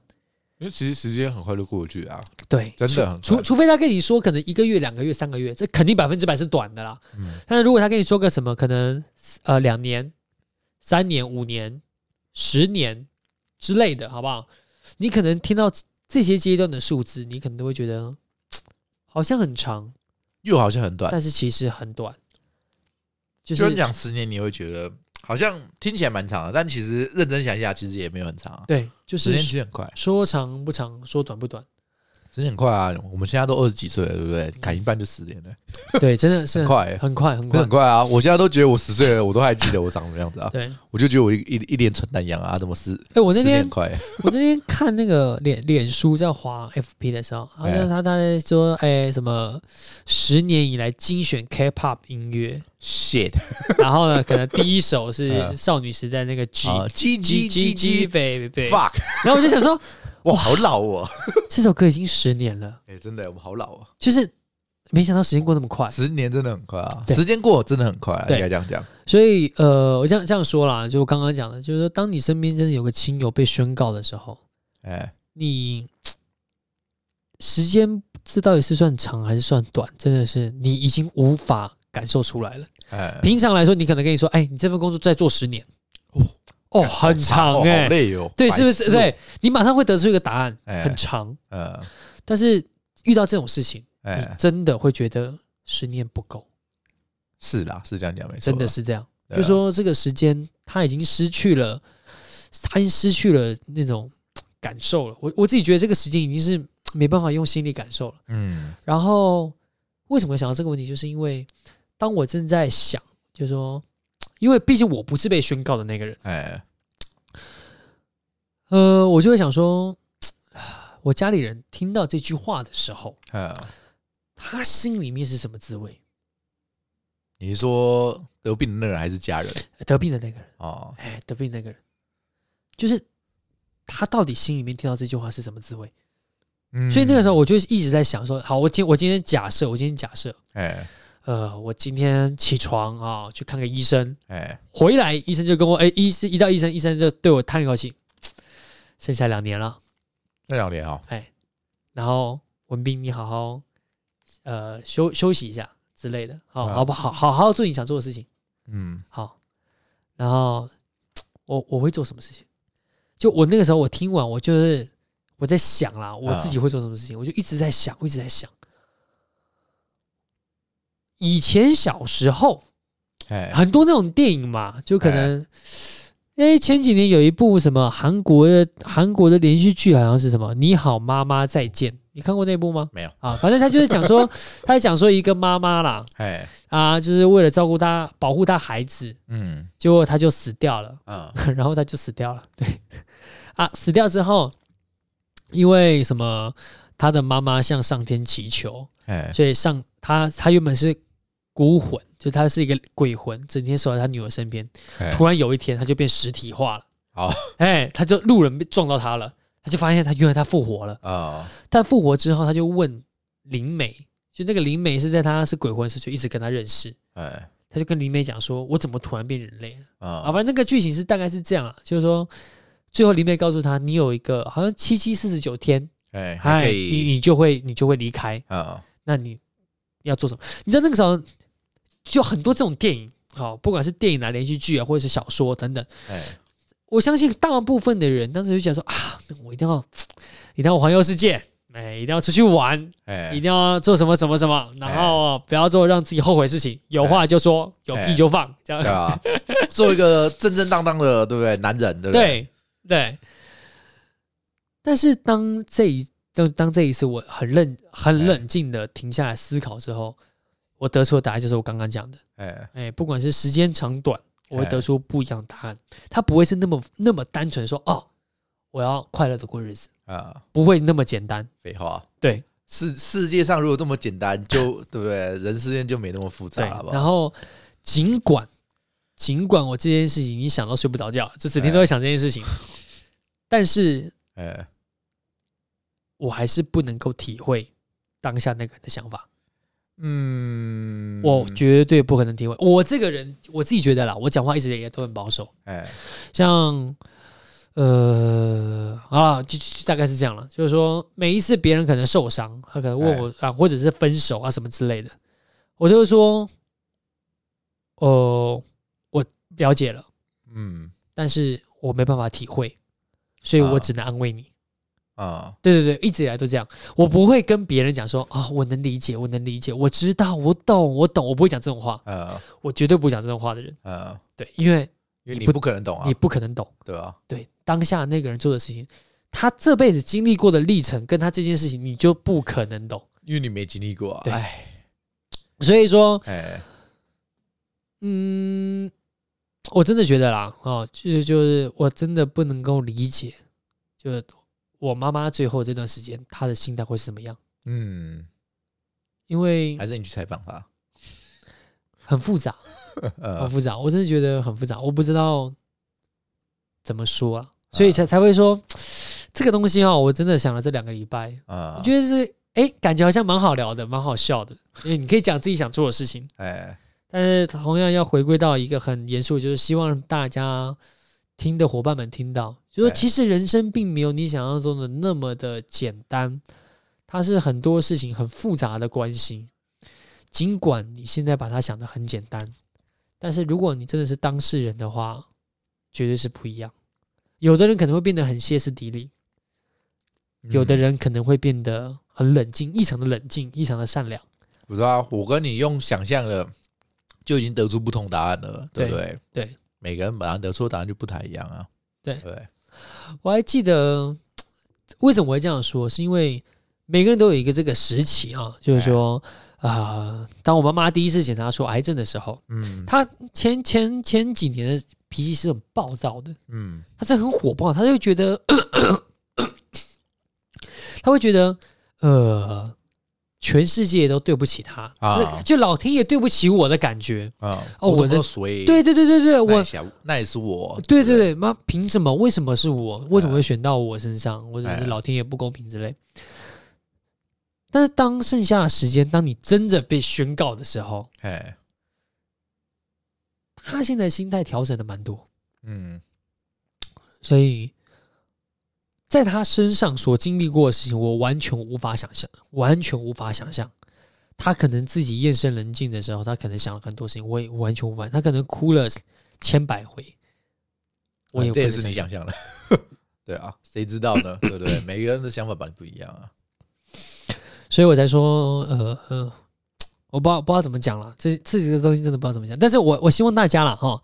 因为其实时间很快就过去啊。
对，
真的
除
很
除
快
除非他跟你说可能一个月、两个月、三个月，这肯定百分之百是短的啦。
嗯
但是如果他跟你说个什么，可能呃两年、三年、五年、十年之类的，好不好？你可能听到这些阶段的数字，你可能都会觉得嘖好像很长，
又好像很短。
但是其实很短。就
就是
是
你讲十年，你会觉得好像听起来蛮长的，但其实认真想一下，其实也没有很长啊。
对，就
时间
是
其实很快，
说长不长，说短不短。
时间很快啊！我们现在都二十几岁了，对不对？赶一半就十年了，
对，真的是
很快欸，
很快，很
真的
快
很。快啊！我现在都觉得我十岁了，我都还记得我长什么样子啊！
对，
我就觉得我一一一脸蠢蛋样啊，怎么十
哎，我那
十年很
天
快？
我那天看那个脸脸书在滑 FP 的时候，好
哎
像他他在说，哎，什么十年以来精选 K-pop 音乐，
shit
然后呢，可能第一首是
嗯
少女时代那个 G
啊，G
G
G
G
G
G
G
baby baby，
fuck！
然后我就想说，
哇，好老哦！
这首歌已经十年了，
哎，真的，我们好老哦！
就是没想到时间过那么快，
十年真的很快啊，
对
时间过得真的很快啊，
对
应该这样讲。
所以呃，我这样这样说啦，就我刚刚讲的，就是说，当你身边真的有个亲友被宣告的时候，
哎，
你时间这到底是算长还是算短，真的是你已经无法感受出来了。
哎，
平常来说，你可能跟你说，哎，你这份工作再做十年，哦，
干
很长
哦
哎、
好累哦，
对，是不
白痴
是？
哦，
对你马上会得出一个答案，
哎
很长。
嗯，
但是遇到这种事情，你
哎，
真的会觉得十年不够，
是啦，是这样讲没错
真
啦，
的是这样。
对啊
就说这个时间，他已经失去了，他已经失去了那种感受了。我我自己觉得这个时间已经是没办法用心理感受了。
嗯
然后为什么会想到这个问题，就是因为当我正在想，就是说，因为毕竟我不是被宣告的那个人，
哎，
呃，我就会想说， 我家里人听到这句话的时候，
嗯，
他心里面是什么滋味？
你是说得病的那个人还是家人
得病的那个人，
哦，
哎，得病那个人，就是他到底心里面听到这句话是什么滋味？
嗯
所以那个时候，我就一直在想说，好，我今我今天假设，我今天假设，
哎
呃，我今天起床啊，去看个医生，
哎，
回来医生就跟我，哎，医生一到医生，医生就对我叹一口气，剩下两年了，
那两年哦，
然后文斌，你好好呃休休息一下之类的，好
啊
好不好？好好做你想做的事情。
嗯
好，然后我我会做什么事情？就我那个时候，我听完，我就是我在想啦，我自己会做什么事情，我就一直在想，我一直在想。以前小时候
哎
很多那种电影嘛，就可能，哎、前几年有一部什么韩国的韩国的连续剧，好像是什么《你好妈妈再见》，你看过那部吗？
没有
啊，反正他就是讲说，他在讲说一个妈妈啦，
哎
啊，就是为了照顾她、保护她孩子，
嗯
结果他就死掉了，
啊
然后他就死掉了。对，啊，死掉之后，因为什么？他的妈妈向上天祈求，
哎，
所以上他他原本是孤魂，就他是一个鬼魂，整天守在他女儿身边。
哎
突然有一天，他就变实体化了。
好，
哎，他就路人被撞到他了，他就发现他原来他复活了。
啊，
但复活之后，他就问灵媒，就那个灵媒是在他是鬼魂的时候就一直跟他认识，
哎，
他就跟灵媒讲说：“我怎么突然变人类了？”啊，
啊，
反正那个剧情是大概是这样啊，就是说，最后灵媒告诉他，你有一个好像七七四十九天，
哎，还
嗨，
可
你
以，
你就会你就会离开，
啊，
那你要做什么？你知道那个时候就很多这种电影，好，不管是电影啊、连续剧啊，或者是小说等等，
哎，
我相信大部分的人当时就想说啊， 我一定要，一定要环游世界。哎，一定要出去玩，一
哎，
定要做什么什么什么，然后不要做让自己后悔的事情。有话就说，有屁就放，这样
哎对啊，做一个正正当当的，对不对？男人，对不？
对对。但是当这一当当这一次我很冷很
哎
冷静的停下来思考之后，我得出的答案就是我刚刚讲的，
哎，
哎，不管是时间长短，我会
哎
得出不一样的答案，它不会是那么那么单纯说哦，我要快乐的过日子，
啊，
不会那么简单。
废话，
对
世世界上如果这么简单，就对不对？人世间就没那么复
对
杂，了
然
吧？
后尽管尽管我这件事情已经想到睡不着觉了，就整天都在想这件事 情，但是
哎，
我还是不能够体会当下那个人的想法，
嗯，
我绝对不可能体会。我这个人，我自己觉得啦，我讲话一直也都很保守，
哎，
像呃啊，就就就大概是这样了。就是说，每一次别人可能受伤，他可能问我啊，或者是分手啊什么之类的，我就会说，呃，我了解了，
嗯，
但是我没办法体会，所以我
啊
只能安慰你。
啊，
对对对，一直以来都这样。我不会跟别人讲说啊、我能理解，我能理解，我知道，我懂，我懂。我不会讲这种话，
呃，
我绝对不会讲这种话的人。
呃，
对，因为
因为
你
你
不
不可能懂啊
你，不可能懂。
对啊吧？
对，当下那个人做的事情，他这辈子经历过的历程，跟他这件事情，你就不可能懂。
因为你没经历过啊，
对
哎，
所以说，
哎，
嗯，我真的觉得啦，哦，就是就是，我真的不能够理解，就是我妈妈最后这段时间她的心态会是什么样，
嗯，
因为
还是你去采访他，
很复杂。很
呃，
复杂，我真的觉得很复杂，我不知道怎么说啊，所以
呃
才才会说这个东西哦，我真的想了这两个礼拜，
啊
我，觉得是哎，感觉好像蛮好聊的，蛮好笑的，因为你可以讲自己想做的事情，
哎，
但是同样要回归到一个很严肃，就是希望大家听的伙伴们听到，就说
哎
其实人生并没有你想象中的那么的简单，它是很多事情很复杂的关系。尽管你现在把它想得很简单，但是如果你真的是当事人的话，绝对是不一样。有的人可能会变得很歇斯底里，有的
嗯
人可能会变得很冷静，异常的冷静，异常的善良。
不是啊，我跟你用想象的就已经得出不同答案了，对不对？
对对
每个人本来得出的答案就不太一样啊，
对
对不对，
我还记得为什么我会这样说，是因为每个人都有一个这个时期啊，就是说啊、当我妈妈第一次检查出癌症的时候，
嗯
她前前前几年的脾气是很暴躁的，
嗯，
她是很火爆，她就会觉得，她会觉得呃，全世界都对不起她
啊
那就老天爷对不起我的感觉。
啊，
哦我的
水，
对对对对对，
那
我
也想，那也是我，
对
对
对
不，
对，妈，凭什么？为什么是我？为什么会选到我身上？或者
哎
是老天爷不公平之类。但是当剩下的时间，当你真的被宣告的时候，
哎，
他现在心态调整的蛮多，
嗯
所以在他身上所经历过的事情，我完全无法想象，完全无法想象。他可能自己夜深人静的时候，他可能想了很多事情，我也完全无法。他可能哭了千百回，我也
啊这也
不能
是
想
你
象
想象的， 对啊，谁知道 呢？对不对？每个人的想法本来不一样啊，
所以我才说，呃呃，我不知道不知道怎么讲了，这这几个东西真的不知道怎么讲。但是我我希望大家啦，哈，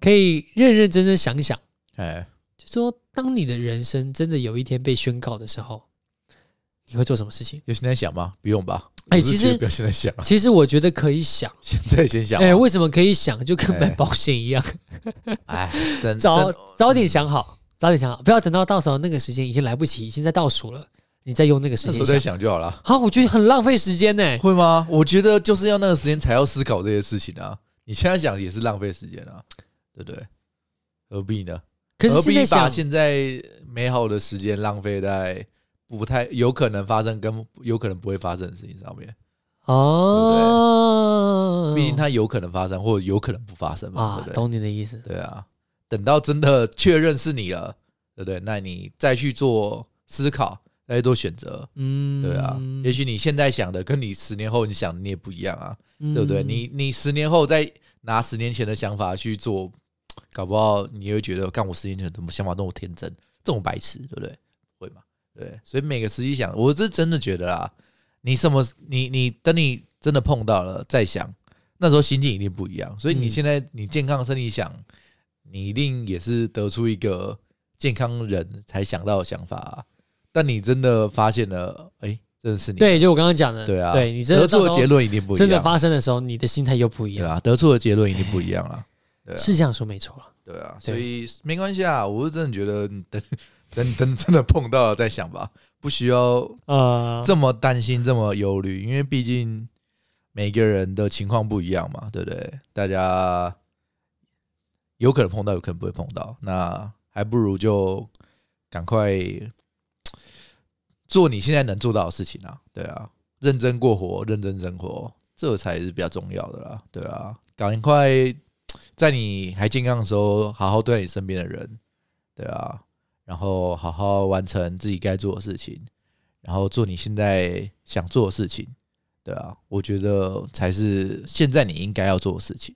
可以认认真真想一想，
哎，
就说当你的人生真的有一天被宣告的时候，你会做什么事情？
有现在想吗？不用吧，
哎
我是
其实
觉得不要现在想啊，
其实我觉得可以想，
现在先想啊，
哎、为什么可以想？就跟买
哎
保险一样，
哎，等
早
等
早点想好，早点想好，不要等到到时候那个时间已经来不及，已经在倒数了，你再用那个时
那时候
间
在
想。
想就好了，
啊，我觉得很浪费时间呢、
会吗？我觉得就是要那个时间才要思考这些事情啊，你现在想也是浪费时间啊，对不对？何必呢？
可是
何
现在
必把
想，
现在美好的时间浪费在不太有可能发生跟有可能不会发生的事情上面？
哦，
毕竟它有可能发生，或者有可能不发生嘛，
啊
对，不对？
懂你的意思。
对啊，等到真的确认是你了，对不对？那你再去做思考，再去做选择，
嗯，
对啊。也许你现在想的跟你十年后你想的你也不一样啊，
嗯
对不对？你你十年后再拿十年前的想法去做，搞不好你会觉得，干我十年前怎么想法那么天真，这么白痴，对不对？会嘛？对，所以每个时机想，我是真的觉得啊，你什么，你你等你真的碰到了再想，那时候心境一定不一样。所以你
嗯
现在你健康的身体想，你一定也是得出一个健康人才想到的想法、啊。但你真的发现了，哎、真的是你
对，就我刚刚讲的，
对啊，
对你真的
得出
到时
的
候
结论一定不一
真
样，
的发生的时候，你的心态又不一
对
样，
啊，得出的结论一定不一样啦。对啊
是这样说没错了。
对啊，
对
所以没关系啊，我是真的觉得你等等等真的碰到了再想吧，不需要
呃，
这么担心、这么忧虑，因为毕竟每个人的情况不一样嘛，对不对？大家有可能碰到，有可能不会碰到，那还不如就赶快做你现在能做到的事情啊，对啊，认真过活，认真生活，这才是比较重要的啦，对啊，赶快在你还健康的时候，好好对待你身边的人，对啊，然后好好完成自己该做的事情。然后做你现在想做的事情，对啊，我觉得才是现在你应该要做的事情。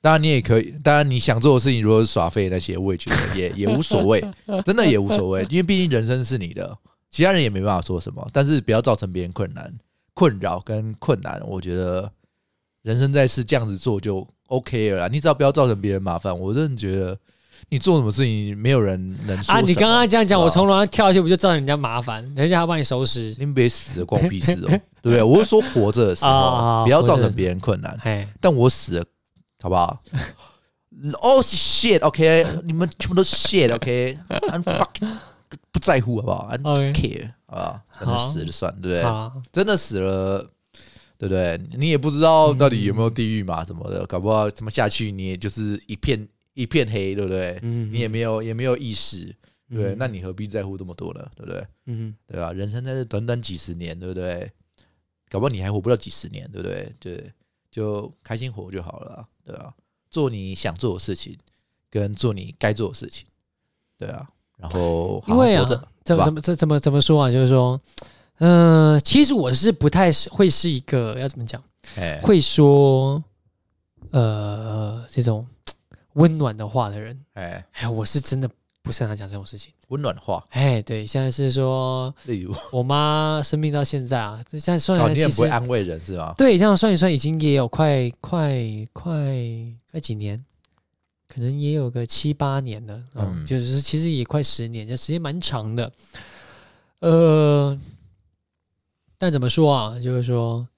当然你也可以，当然你想做的事情，如果是耍废那些，我也觉得也也无所谓，真的也无所谓，因为毕竟人生是你的，其他人也没办法说什么。但是不要造成别人困难、困扰跟困难，我觉得人生在世这样子做就 OK 了啦。你只要不要造成别人麻烦，我真的觉得你做什么事情没有人能说
啊，你
什么
刚刚这样讲，
对啊
我从楼上跳下去，不就造成人家麻烦？人家要帮你收拾。
你别死了，关我屁事哦，对不对？我是说活着的时
啊
候，不要
活着
造
的
成
时
别人困难。
哎，
但我死了，好不好 ？Oh shit，OK，、你们全部都 shit，OK，I'm、fucking 不在乎，好不好？I
OK
don't care，好不好？真的
好
死了就算，对不啊对？
好，
真的死了，对不对？你也不知道到底有没有地狱嘛什么
嗯
的，搞不好什么下去你也就是一片一片黑，对不对？
嗯
你也没有也没有意识，对不对？
嗯
那你何必在乎这么多呢？对不对？
嗯，
对吧、人生在这短短几十年，对不对？搞不好你还活不了几十年，对不对？对，就开心活就好了啊，对吧、做你想做的事情，跟做你该做的事情，对啊。然后好
因
好
为啊
活着，，
怎
对吧
么怎么怎怎么怎么说啊？就是说，嗯、其实我是不太是会是一个要怎么讲，
哎、
会说呃这种嘖温暖的话的人。
哎，
哎，我是真的不擅长讲这种事情。
温暖话，
哎，对，现在是说
例如，
我妈生病到现在啊，这现在算
哦，
来
你也
其
不会
实
安慰人是吗？
对，这样算一算，已经也有快快快快几年，可能也有个七八年了，嗯，
嗯
就是其实也快十年，这时间蛮长的。呃，但怎么说啊，就是说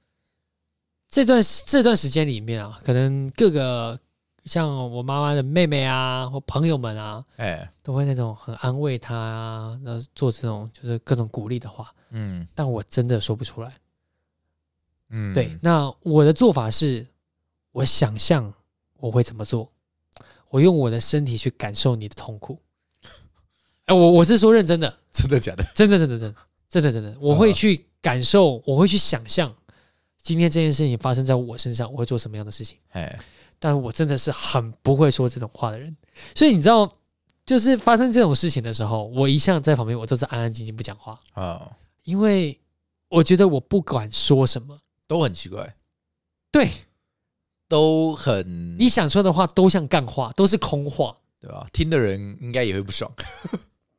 这段时这段时间里面啊，可能各个像我妈妈的妹妹啊，或朋友们啊，
哎，
都会那种很安慰他啊，然后做这种就是各种鼓励的话，
嗯
但我真的说不出来。
嗯，
对，那我的做法是，我想象我会怎么做，我用我的身体去感受你的痛苦。 哎、我我是说认真的，
真的假的？
真的真的真的真的真的，我会去感受，我会去想象今天这件事情发生在我身上，我会做什么样的事情。
哎，
但我真的是很不会说这种话的人，所以你知道，就是发生这种事情的时候，我一向在旁边我都是安安静静不讲话，
啊，
因为我觉得我不管说什么，
都很奇怪，
对
都很，
你想说的话都像干话，都是空话。
对吧？听的人应该也会不爽，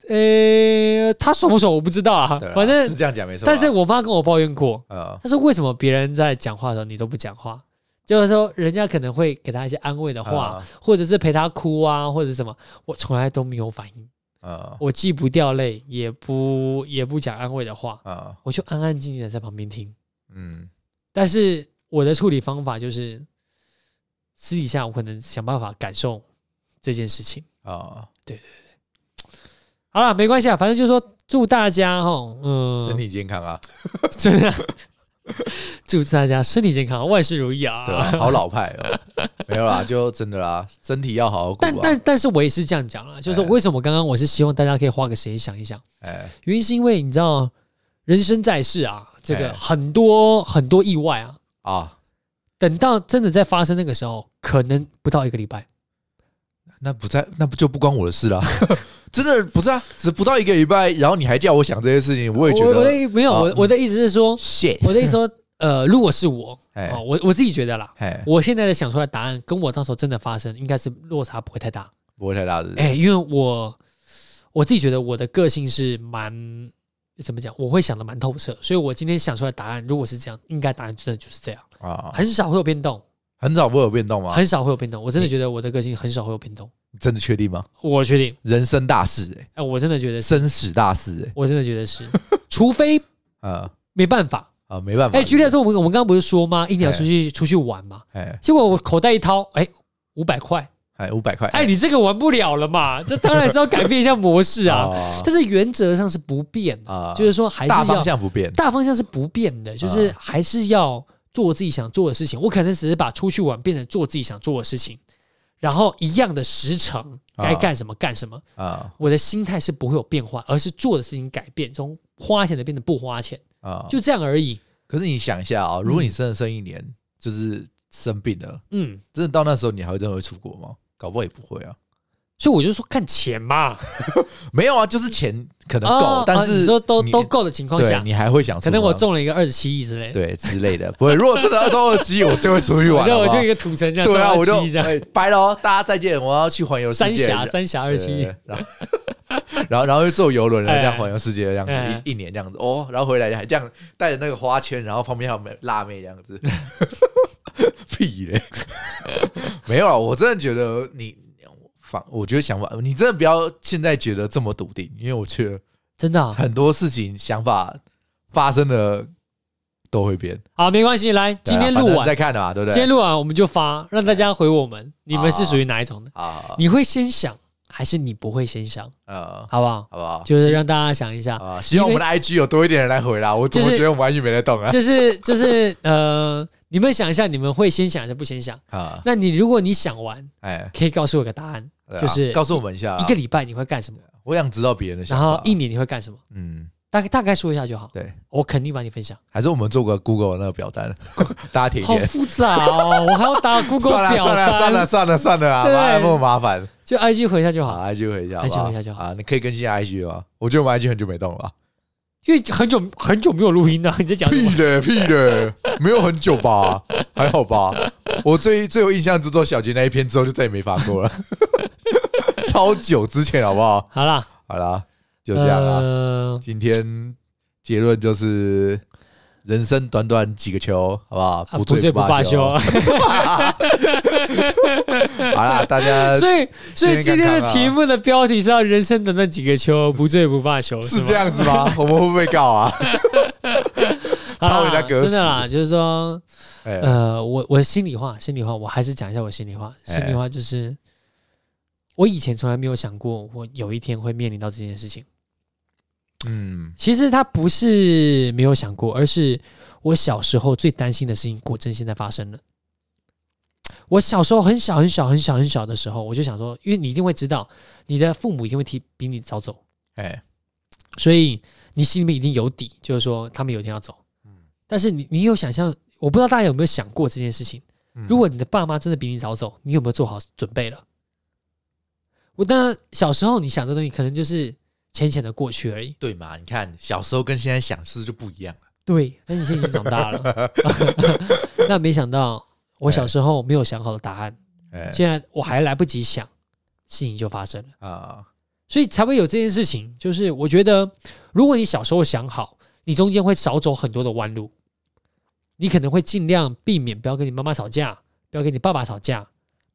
呃，他爽不爽我不知道啊
对，吧
反
是
正，
这样啊讲没错吧。
但是我妈跟我抱怨过，
啊，
她说为什么别人在讲话的时候你都不讲话？就是说人家可能会给她一些安慰的话，
啊
或者是陪她哭啊，或者是什么，我从来都没有反应。
啊
我既不掉泪，也不也不讲安慰的话，
啊，
我就安安静静的在旁边听。
嗯
但是我的处理方法就是，私底下我可能想办法感受这件事情。
啊，
好了，没关系啊，反正就是说，祝大家哈，嗯，
身体健康啊，
真的啊 祝大家身体健康，万事如意啊！
对吧、好老派 哦，没有啦，就真的啦，身体要好好顾
但
啊。
但但是我也是这样讲啦，啊就是说
哎
为什么刚刚我是希望大家可以花个时间想一想，
哎，
原因是因为你知道人生在世啊，这个
哎
很多很多意外啊，
啊，
等到真的在发生那个时候，可能不到一个礼拜。
那不在，那不就不关我的事啦。 真的不是啊，只不到一个礼拜，然后你还叫我想这些事情，我
我
也觉
我的
得
意没有
啊
我我的意思是说，
shit。
我的意思说，呃，如果是我，
哎
哦，我我自己觉得啦，
哎，
我现在的想出来的答案跟我到时候真的发生，应该是落差不会太大。
不会太大的。
哎、因为我我自己觉得我的个性是蛮怎么讲，我会想的蛮透彻，所以我今天想出来的答案，如果是这样，应该答案真的就是这样，
啊，
很少会有变动，
很早不会有变动吗？
很少会有变动。我真的觉得我的个性很少会有变动，
真的确定吗？
我确定，
人生大事，哎，
哎、我真的觉得 是，
生死大事，
我真的觉得是，除非
哎，啊
没办法。
啊，没办法。
哎、举例来说，我们我们刚刚不是说吗？一年要出去出去玩嘛，
哎
结果我口袋一掏，哎、五百块，
哎，五百块，
哎，你这个玩不了了嘛，这当然是要改变一下模式啊。
啊
但是原则上是不变的，
啊
就是说还是
大
要
方向不变，
大方向是不变的，就是
啊
还是要做自己想做的事情。我可能只是把出去玩变成做自己想做的事情，然后一样的时程
啊
该干什么干什么。
啊
我的心态是不会有变化，而是做的事情改变，从花钱的变成不花钱，
啊。
就这样而已。
可是你想一下啊，如果你真的生一年，就是生病了，
嗯，
真的到那时候你还会真的会出国吗？搞不好也不会啊。
所以我就说看钱嘛，
没有啊，就是钱可能够，
哦
但
哦
是、
你说都都够的情况
对
下，
你还会想出吗，啊
可能我中了一个二十七亿之类的，
对之类的，不会。如果真的要中二十一，我就会出 去
我
玩
就
好不
我
好
就一个土城这样，
对啊，
中
我就
27亿这样，
哎拜喽，大家再见，我要去环游世
三
界。
峡三峡二十七亿
对， 然后然后然后又坐游轮，然后这样
哎
环游世界这样子，
哎
一一年这样子哦，然后回来还这样带着那个花圈，然后旁边还有美辣妹这样子， 屁嘞， 没有啊，我真的觉得你反，我觉得想法，你真的不要现在觉得这么笃定，因为我觉得
真的啊，
很多事情想法发生了都会变。
好，没关系，来，
对
今
啊
天
反
录
正
完
再看啊，对不
今天
对？
录完我们就发，让大家回我们，你们是
啊
属于哪一种的？
啊，
你会先想还是你不会先想，
呃，
好不好？
好不好？
就是让大家想一下，
啊，希望我们的 IG 有多一点人来回啦。我怎么
就是
觉得我们 IG 没在动啊？
就是就是呃，你们想一下，你们会先想还是不先想？
啊，
那你如果你想完，
哎，
可以告诉我个答案，
对啊
就是
告诉我们一下啊
一个，礼拜你会干什么，
我想知道别人的想
然
法。
后一年你会干什么，
嗯，
大概大概说一下就好，
对，
我肯定帮你分享。
还是我们做个 Google 那个表单， 大家填一
好
填。
复杂哦，我还要打 Google
算了
表
算了算了
单，
算了算了啊，
对
妈的那么麻烦。
就 IG 回一下就好，
好，IG 回一下
IG
好不好，
回一下就好
啊，你可以更新一下 IG 吗？我觉得我们 IG 很久没动了吧。
因为很久很久没有录音了，你在讲什么
屁？的屁的，没有很久吧， 还好吧。我最最有印象就做小杰那一篇之后，就再也没发过了， 超久之前好不好？
好啦，
好啦，就这样啦。啊
呃
今天结论就是。人生短短几个球，好不好？
啊
醉
不罢
休。
休。
好 啦，大家
所以，所以今
今天
天
看看
的
啊
题目的标题是要“人生短短几个 秋，不醉不罢休”，
是
吗
这样子吗？我们会不会告 啊？
好啦
抄人家歌
啊
词
真的 啦，就是说，
哎
呃，我我心里话，心里话，我还是讲一下我心里话。
哎
心里话就是，我以前从来没有想过，我有一天会面临到这件事情。
嗯，
其实它不是没有想过，而是我小时候最担心的事情，果真现在发生了。我小时候很小很小很小很小的时候，我就想说，因为你一定会知道，你的父母一定会提比你早走，
哎，
所以你心里面一定有底，就是说他们有一天要走。但是你你有想象，我不知道大家有没有想过这件事情。
嗯
如果你的爸妈真的比你早走，你有没有做好准备了？我当然小时候你想这东西，可能就是浅浅的过去而已。
对嘛，你看小时候跟现在想是不是就不一样了。
对，但你现在已经长大 了， 那没想到我小时候没有想好的答案，
哎
现在我还来不及想，事情就发生了。
啊，
所以才会有这件事情。就是我觉得，如果你小时候想好，你中间会少走很多的弯路，你可能会尽量避免不要跟你妈妈吵架，不要跟你爸爸吵架，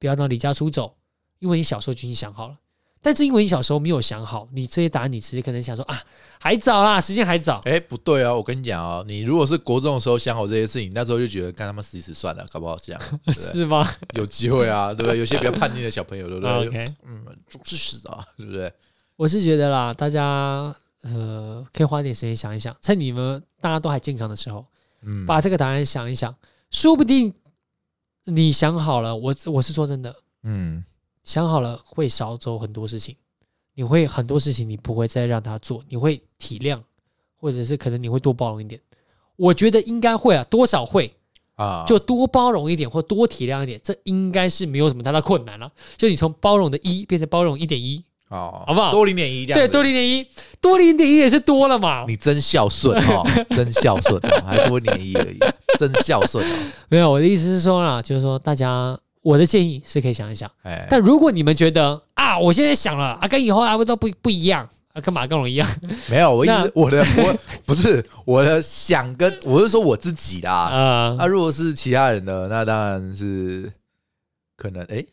不要让离家出走，因为你小时候就已经想好了。但是因为你小时候没有想好，你这些答案你直接可能想说啊，还早啦，时间还早。
哎、不对啊！我跟你讲哦，你如果是国中的时候想好这些事情，那时候就觉得干他妈死一死算了，搞不好这样， 对不对？
是吗
有机会啊，对不对？有些比较叛逆的啊小朋友，对不对？
？OK，
嗯，总是死啊，对不对？
我是觉得啦，大家呃，可以花点时间想一想，趁你们大家都还健康的时候，
嗯，
把这个答案想一想，说不定你想好了，我我是说真的，
嗯
想好了会少走很多事情，你会很多事情你不会再让他做，你会体谅，或者是可能你会多包容一点。我觉得应该会啊，多少会，
啊，
就多包容一点或多体谅一点，这应该是没有什么太大困难了、就你从包容的一变成包容一点一，
哦，
好不好
多零点一这样
对，
子，
多零点一，多零点一也是多了嘛。
你真孝 顺哦，真孝顺哦，还多零点一而已，真孝顺哦，
没有，我的意思是说啦，就是说大家，我的建议是可以想一想。
哎，
但如果你们觉得啊，我现在想了啊，跟以后啊都不不一样啊，跟马更龙一样
没有，我意
那
思我的我不是我的想跟我是说我自己啦，
啊
啊，如果是其他人的，那当然是可能哎、诶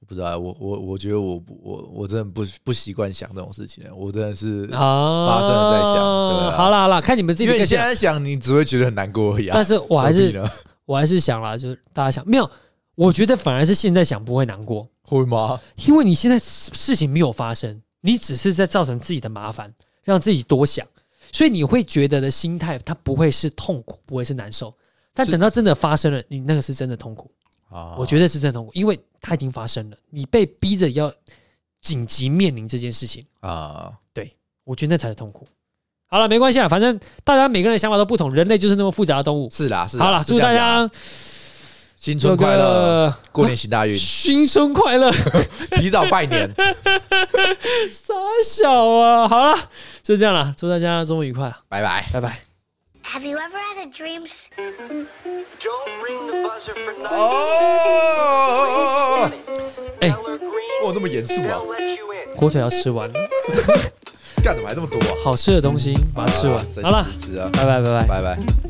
我不知道，啊我我我觉得我不我我真的不不习惯想这种事情，我真的是，
啊
发生了再想对啊
好啦好啦，看你们自己
因
的
为你
个
现
性。
在想，你只会觉得很难过而已啊。
但是我还
何必
是
呢
我还是想啦，就是大家想没有，我觉得反而是现在想不会难过，
会吗？
因为你现在事事情没有发生，你只是在造成自己的麻烦，让自己多想，所以你会觉得的心态，它不会是痛苦，不会是难受。但
是
等到真的发生了，你那个是真的痛苦，
啊
我觉得是真的痛苦，因为它已经发生了，你被逼着要紧急面临这件事情，
得啊，
我觉得那才是痛苦。好了，没关系啊，反正大家每个人的想法都不同，人类就是那么复杂的动物。
是啦，是啦
好了，
是
祝
这
大
样讲啊
家
新
有
春快乐，
个
过年行大 运，
新春快乐，
提早拜年，
傻小啊！好了，就这样了，祝大家周末愉快，
拜拜。
拜拜。
Have you ever had a dream? s-
Don't ring the buzzer for nothing.
Oh. 哦，
哎
，Color green.
哇，那么严肃啊
They'll！let you in.
火腿要吃完了，
干怎么还这么多啊？
好吃的东西把它吃完
真。
好了，
是啊，
拜拜拜拜。
拜拜。